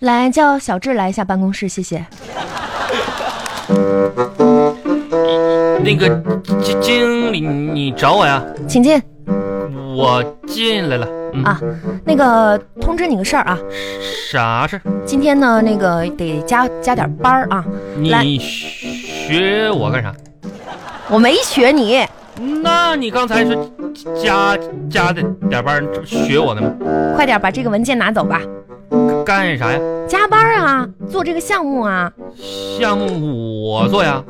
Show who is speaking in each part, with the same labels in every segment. Speaker 1: 来叫小智来一下办公室，谢谢。
Speaker 2: 那个经经理，你找我呀？
Speaker 1: 请进
Speaker 2: 我进来了。嗯，
Speaker 1: 啊，那个通知你个事儿啊，
Speaker 2: 啥事儿？
Speaker 1: 今天呢那个得加加点班儿啊，来
Speaker 2: 你学我干啥？
Speaker 1: 我没学你，
Speaker 2: 那你刚才说加加的点班儿，这不学我呢吗？
Speaker 1: 快点把这个文件拿走吧。
Speaker 2: 干啥呀？
Speaker 1: 加班儿啊，做这个项目啊，
Speaker 2: 项目我做呀，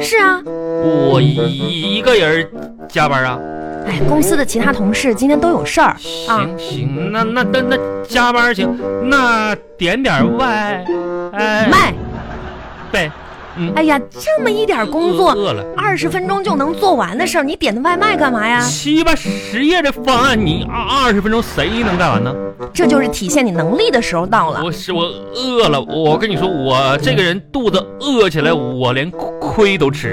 Speaker 1: 是啊，
Speaker 2: 我一一个人儿加班啊。
Speaker 1: 哎，公司的其他同事今天都有事儿啊，
Speaker 2: 行行，那那那那加班儿行，那点点儿外哎
Speaker 1: 卖，
Speaker 2: 呗。嗯，
Speaker 1: 哎呀，这么一点工作，
Speaker 2: 饿了。
Speaker 1: 二十分钟就能做完的事儿，你点的外卖干嘛呀？
Speaker 2: 七八十页的方案，你二二十分钟谁能干完呢？
Speaker 1: 这就是体现你能力的时候到了。
Speaker 2: 我是我饿了，我跟你说，我这个人肚子饿起来，我连亏都吃；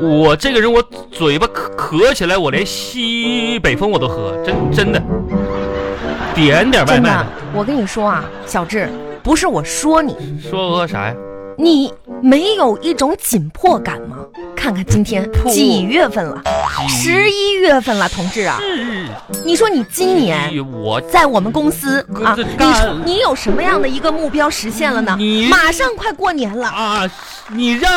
Speaker 2: 我这个人，我嘴巴渴渴起来，我连西北风我都喝，真真的。点点外
Speaker 1: 真
Speaker 2: 卖
Speaker 1: 的，，我跟你说啊，小智，不是我说你，
Speaker 2: 说喝啥呀？
Speaker 1: 你没有一种紧迫感吗？看看今天
Speaker 2: 迫
Speaker 1: 几月份了？十一月份了，同志啊，你说你今年
Speaker 2: 是我
Speaker 1: 在我们公司
Speaker 2: 公
Speaker 1: 啊，
Speaker 2: 司
Speaker 1: 你
Speaker 2: 干
Speaker 1: 说你有什么样的一个目标实现了呢
Speaker 2: 你？
Speaker 1: 马上快过年了，
Speaker 2: 啊，你让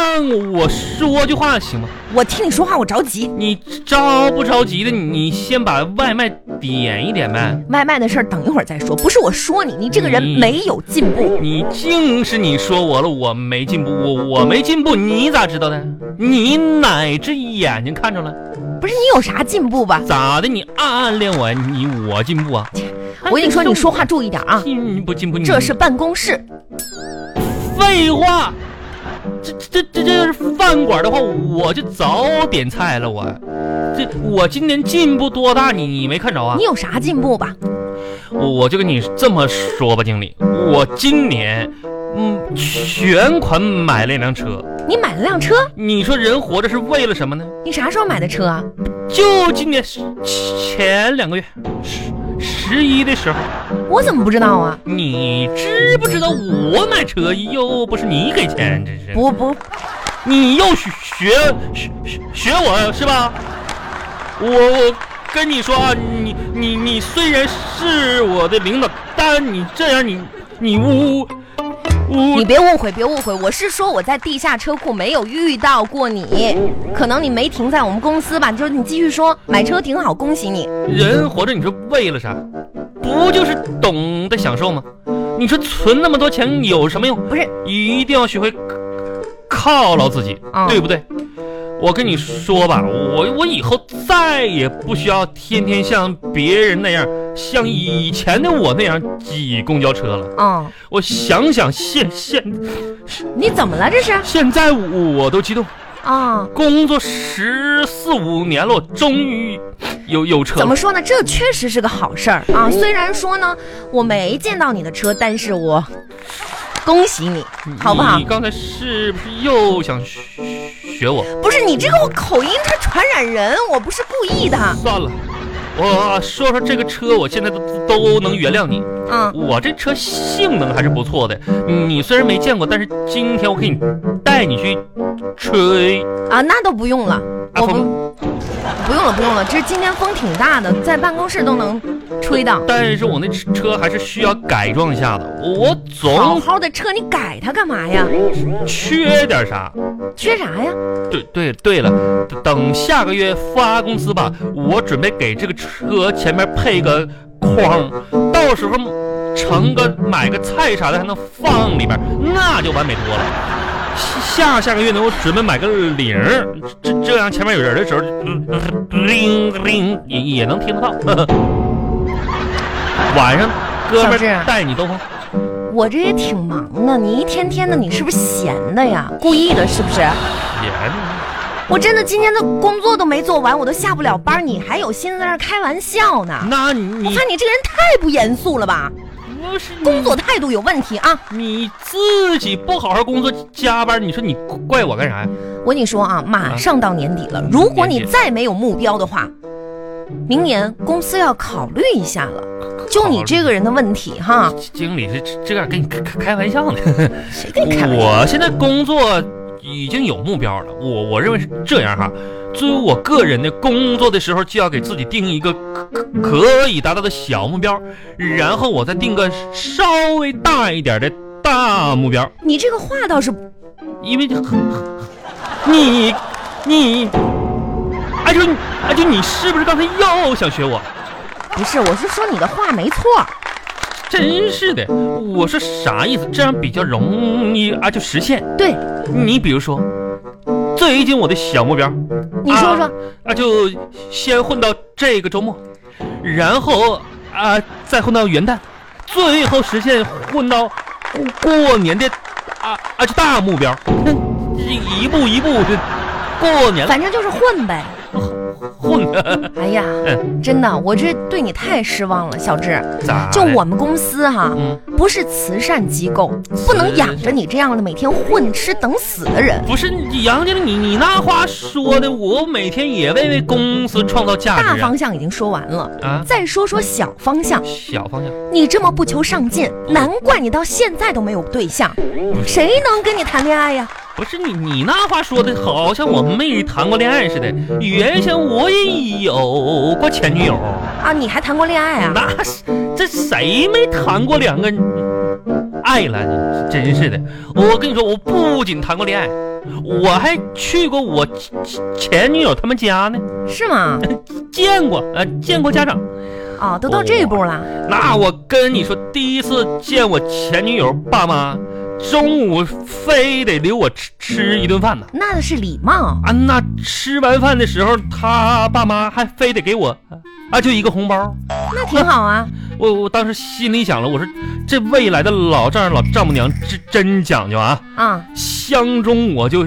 Speaker 2: 我说句话行吗？
Speaker 1: 我听你说话我着急。
Speaker 2: 你着不着急的？你先把外卖点一点呗。
Speaker 1: 外卖的事儿等一会儿再说，不是我说你，你这个人
Speaker 2: 你
Speaker 1: 没有进步。
Speaker 2: 你竟是你说我了，我没进步，我我没进步，你咋知道的？你哪只眼睛看着了？
Speaker 1: 不是你有啥进步吧？
Speaker 2: 咋的？你暗恋我呀？你我进步啊？
Speaker 1: 我跟你说，你说话注意点啊！
Speaker 2: 进步进步，你
Speaker 1: 这是办公室，
Speaker 2: 废话。这这这这要是饭馆的话，我就早点菜了。我这我今年进步多大？你你没看着啊
Speaker 1: 你？有啥进步吧？
Speaker 2: 我就跟你这么说吧，经理，我今年嗯全款买了一辆车。
Speaker 1: 你买了辆车，
Speaker 2: 你说人活着是为了什么呢？
Speaker 1: 你啥时候买的车啊？
Speaker 2: 就今年十前两个月，十十一的时候，
Speaker 1: 我怎么不知道啊？
Speaker 2: 你知不知道我买车又不是你给钱，真是
Speaker 1: 不不，
Speaker 2: 你又学学学学学我是吧？我我跟你说啊，你你你虽然是我的领导，但你这样你你污污
Speaker 1: 你别误会，别误会，我是说我在地下车库没有遇到过你，可能你没停在我们公司吧。就是你继续说，买车挺好，恭喜你。
Speaker 2: 人活着，你说为了啥？不就是懂得享受吗？你说存那么多钱有什么用？
Speaker 1: 不是，
Speaker 2: 一定要学会犒劳自己，
Speaker 1: 啊
Speaker 2: 对不对？我跟你说吧，我我以后再也不需要天天像别人那样，像以前的我那样挤公交车了。
Speaker 1: 嗯，
Speaker 2: 我想想现现
Speaker 1: 你怎么了这是？
Speaker 2: 现在我都激动，
Speaker 1: 啊、
Speaker 2: 工作十四五年了，我终于有有车
Speaker 1: 怎
Speaker 2: 了
Speaker 1: 么。说呢？这确实是个好事儿啊。虽然说呢，我没见到你的车，但是我恭喜你，好不好
Speaker 2: 你？刚才是不是又想学我？
Speaker 1: 不是你这个口音，它传染人，我不是故意的。
Speaker 2: 算了，我说说这个车，我现在都都能原谅你。
Speaker 1: 嗯，
Speaker 2: 我这车性能还是不错的，你虽然没见过，但是今天我给你带你去吹
Speaker 1: 啊，那都不用了，
Speaker 2: 啊
Speaker 1: 我不
Speaker 2: 风，
Speaker 1: 不用了，不用了。这今天风挺大的，在办公室都能吹到。
Speaker 2: 但是我那车车还是需要改装一下的，我
Speaker 1: 好
Speaker 2: 总
Speaker 1: 好的车，你改它干嘛呀？
Speaker 2: 缺点啥。
Speaker 1: 缺啥呀？
Speaker 2: 对对对了，等下个月发工资吧，我准备给这个车前面配个框，到时候盛个买个菜啥的还能放里边，那就完美多了。下下个月呢，我准备买个铃儿，这这样前面有人的时候，嗯铃铃也也能听得到。呵呵晚上哥们
Speaker 1: 小志
Speaker 2: 儿带你兜风，
Speaker 1: 我这也挺忙的，你一天天的，你是不是闲的呀？故意的，是不是？
Speaker 2: 也
Speaker 1: 我真的今天的工作都没做完，我都下不了班，你还有心思在那儿开玩笑呢？
Speaker 2: 那
Speaker 1: 我
Speaker 2: 你
Speaker 1: 看你这个人太不严肃了吧，
Speaker 2: 不是你
Speaker 1: 工作态度有问题啊！
Speaker 2: 你自己不好好工作加班，你说你怪我干啥呀？
Speaker 1: 我跟你说啊，马上到年底了，如果你再没有目标的话，明年公司要考虑一下了。就你这个人的问题哈，
Speaker 2: 经理是这样跟你开开玩笑呢。
Speaker 1: 谁跟你 开玩笑？
Speaker 2: 我现在工作已经有目标了，我我认为是这样哈。作为我个人的工作的时候，就要给自己定一个可可以达到的小目标，然后我再定个稍微大一点的大目标，
Speaker 1: 你这个话倒是
Speaker 2: 因为很你你，哎就哎就你是不是刚才又想学我？
Speaker 1: 不是，我是说你的话没错。
Speaker 2: 真是的，我是啥意思？这样比较容易啊，就实现。
Speaker 1: 对，
Speaker 2: 你比如说，最近我的小目标，
Speaker 1: 你说说
Speaker 2: 啊，啊就先混到这个周末，然后啊再混到元旦，最后实现混到过过年的啊啊就大目标。那一步一步这过年了
Speaker 1: 反正就是混呗。
Speaker 2: 混 的，
Speaker 1: 哎呀，
Speaker 2: 嗯
Speaker 1: 真的，我这对你太失望了，小志。
Speaker 2: 咋的
Speaker 1: 就我们公司哈，
Speaker 2: 嗯
Speaker 1: 不是慈善机构，不能养着你这样的每天混吃等死的人。
Speaker 2: 不是你杨经理，你你那话说的，我每天也为为公司创造价
Speaker 1: 大
Speaker 2: 值啊
Speaker 1: 方向已经说完了，
Speaker 2: 啊！
Speaker 1: 再说说小方向。
Speaker 2: 小方向，
Speaker 1: 你这么不求上进，难怪你到现在都没有对象，
Speaker 2: 嗯
Speaker 1: 谁能跟你谈恋爱呀？
Speaker 2: 不是你你那话说的，好像我没谈过恋爱似的。原先我也有过前女友，
Speaker 1: 啊，你还谈过恋爱啊？
Speaker 2: 那是这谁没谈过两个爱了？真是的，我跟你说，我不仅谈过恋爱，我还去过我前前女友他们家呢，
Speaker 1: 是吗？
Speaker 2: 见过呃见过家长。
Speaker 1: 啊，都到这一步了，
Speaker 2: 那我跟你说，第一次见我前女友爸妈，中午非得留我吃吃一顿饭呢。
Speaker 1: 那是礼貌。
Speaker 2: 啊，那吃完饭的时候，他爸妈还非得给我，啊，就一个红包。
Speaker 1: 那挺好啊。
Speaker 2: 我我当时心里想了，我说这未来的老丈人老丈母娘真真讲究啊，
Speaker 1: 啊，
Speaker 2: 相中我就，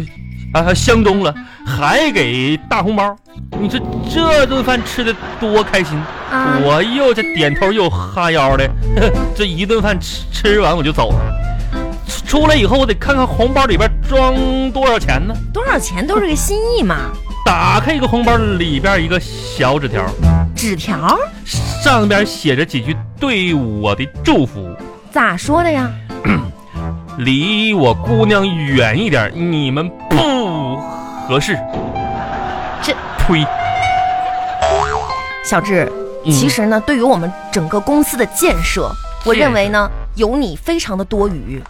Speaker 2: 啊相中了，还给大红包。你说这顿饭吃的多开心！
Speaker 1: 啊
Speaker 2: 我又这点头又哈腰的， 这一顿饭吃吃完我就走了。出出来以后，我得看看红包里边装多少钱呢。
Speaker 1: 多少钱都是个心意嘛。
Speaker 2: 打开一个红包，里边一个小纸条，
Speaker 1: 纸条
Speaker 2: 上边写着几句对我的祝福：
Speaker 1: 咋说的呀？
Speaker 2: 离我姑娘远一点，你们不合适。
Speaker 1: 这
Speaker 2: 呸！
Speaker 1: 小志，
Speaker 2: 嗯
Speaker 1: 其实呢，对于我们整个公司的建设，我
Speaker 2: 是
Speaker 1: 认为呢，有你非常的多余。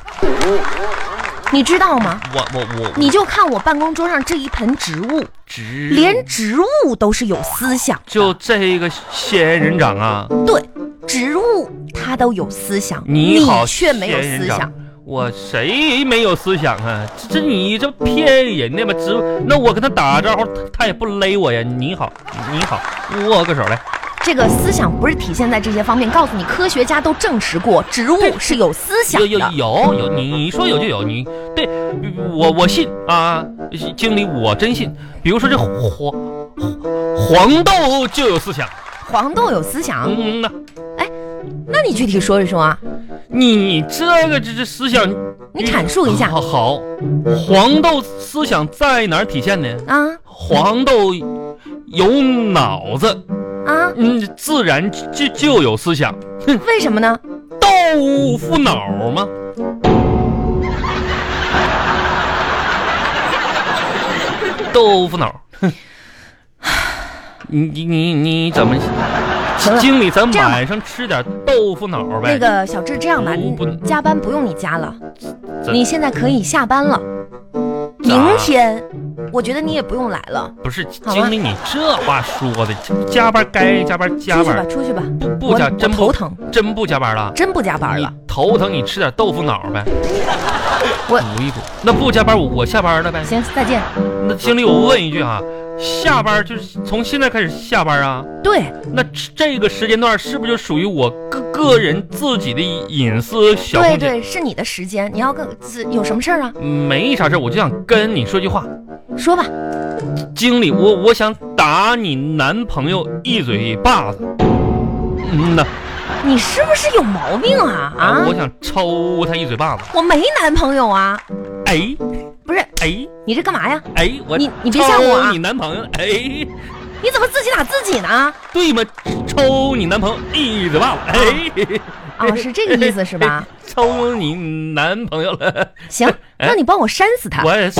Speaker 1: 你知道吗？
Speaker 2: 我我我，
Speaker 1: 你就看我办公桌上这一盆植物，
Speaker 2: 直
Speaker 1: 连植物都是有思想的。
Speaker 2: 就这个仙人掌啊，
Speaker 1: 对，植物它都有思想，
Speaker 2: 你好，
Speaker 1: 却没有思想。。
Speaker 2: 我谁没有思想啊？这这你这骗人的吗？只那我跟他打招呼，他他也不勒我呀。你好，你好，握个手来。
Speaker 1: 这个思想不是体现在这些方面，告诉你，科学家都证实过，植物是有思想
Speaker 2: 有
Speaker 1: 的。
Speaker 2: 有有有，你你说有就有，你对我我信啊，经理我真信。比如说这黄黄豆就有思想，
Speaker 1: 黄豆有思想，
Speaker 2: 嗯呐，
Speaker 1: 那你具体说一说啊？
Speaker 2: 你你这个这这思想，
Speaker 1: 你阐述一下
Speaker 2: 好好，黄豆思想在哪儿体现呢？
Speaker 1: 啊
Speaker 2: 黄豆有脑子，
Speaker 1: 啊，
Speaker 2: 嗯，自然就就有思想。
Speaker 1: 为什么呢？
Speaker 2: 豆腐脑吗？ 豆腐脑， 你你你你怎么？
Speaker 1: 行了
Speaker 2: 经理，咱
Speaker 1: 这样吧
Speaker 2: 晚上吃点豆腐脑
Speaker 1: 那
Speaker 2: 呗。
Speaker 1: 个小志，这样吧，
Speaker 2: 我
Speaker 1: 你
Speaker 2: 不
Speaker 1: 加班不用你加了，
Speaker 2: 这
Speaker 1: 你现在可以下班了。
Speaker 2: 嗯咋
Speaker 1: 明天，我觉得你也不用来了，
Speaker 2: 不是
Speaker 1: 好吧
Speaker 2: 经理，你这话说的，这加班该加班
Speaker 1: 出
Speaker 2: 加
Speaker 1: 去吧
Speaker 2: 班，，
Speaker 1: 出去吧。
Speaker 2: 不
Speaker 1: 我
Speaker 2: 不加
Speaker 1: 我
Speaker 2: 真
Speaker 1: 头
Speaker 2: 不
Speaker 1: 疼，
Speaker 2: 真不加班了。
Speaker 1: 真不加班了。
Speaker 2: 你头疼，你吃点豆腐脑呗。
Speaker 1: 我
Speaker 2: 补一补。那不加班，我我下班了呗。
Speaker 1: 行，再见。
Speaker 2: 那经理，我问一句啊，下班就是从现在开始下班啊？
Speaker 1: 对，
Speaker 2: 那这这个时间段是不是就属于我个个人自己的隐私小
Speaker 1: 对
Speaker 2: 空间？
Speaker 1: 对，是你的时间，你要跟自有什么事儿啊？
Speaker 2: 没啥事儿，我就想跟你说句话，
Speaker 1: 说吧。
Speaker 2: 经理，我我想打你男朋友一嘴巴子。嗯呐，
Speaker 1: 你是不是有毛病啊？啊
Speaker 2: 我，想抽他一嘴巴子。
Speaker 1: 我没男朋友啊。
Speaker 2: 哎
Speaker 1: 不是，
Speaker 2: 哎
Speaker 1: 你这干嘛呀？
Speaker 2: 哎，我
Speaker 1: 你你别吓我啊
Speaker 2: 抽你男朋友哎。
Speaker 1: 你怎么自己打自己呢？
Speaker 2: 对吗？抽你男朋友一嘴巴！哎，
Speaker 1: 哦，是这个 意思是吧？
Speaker 2: 抽你男朋友了，哎
Speaker 1: 行，那你帮我扇死他。
Speaker 2: 我也。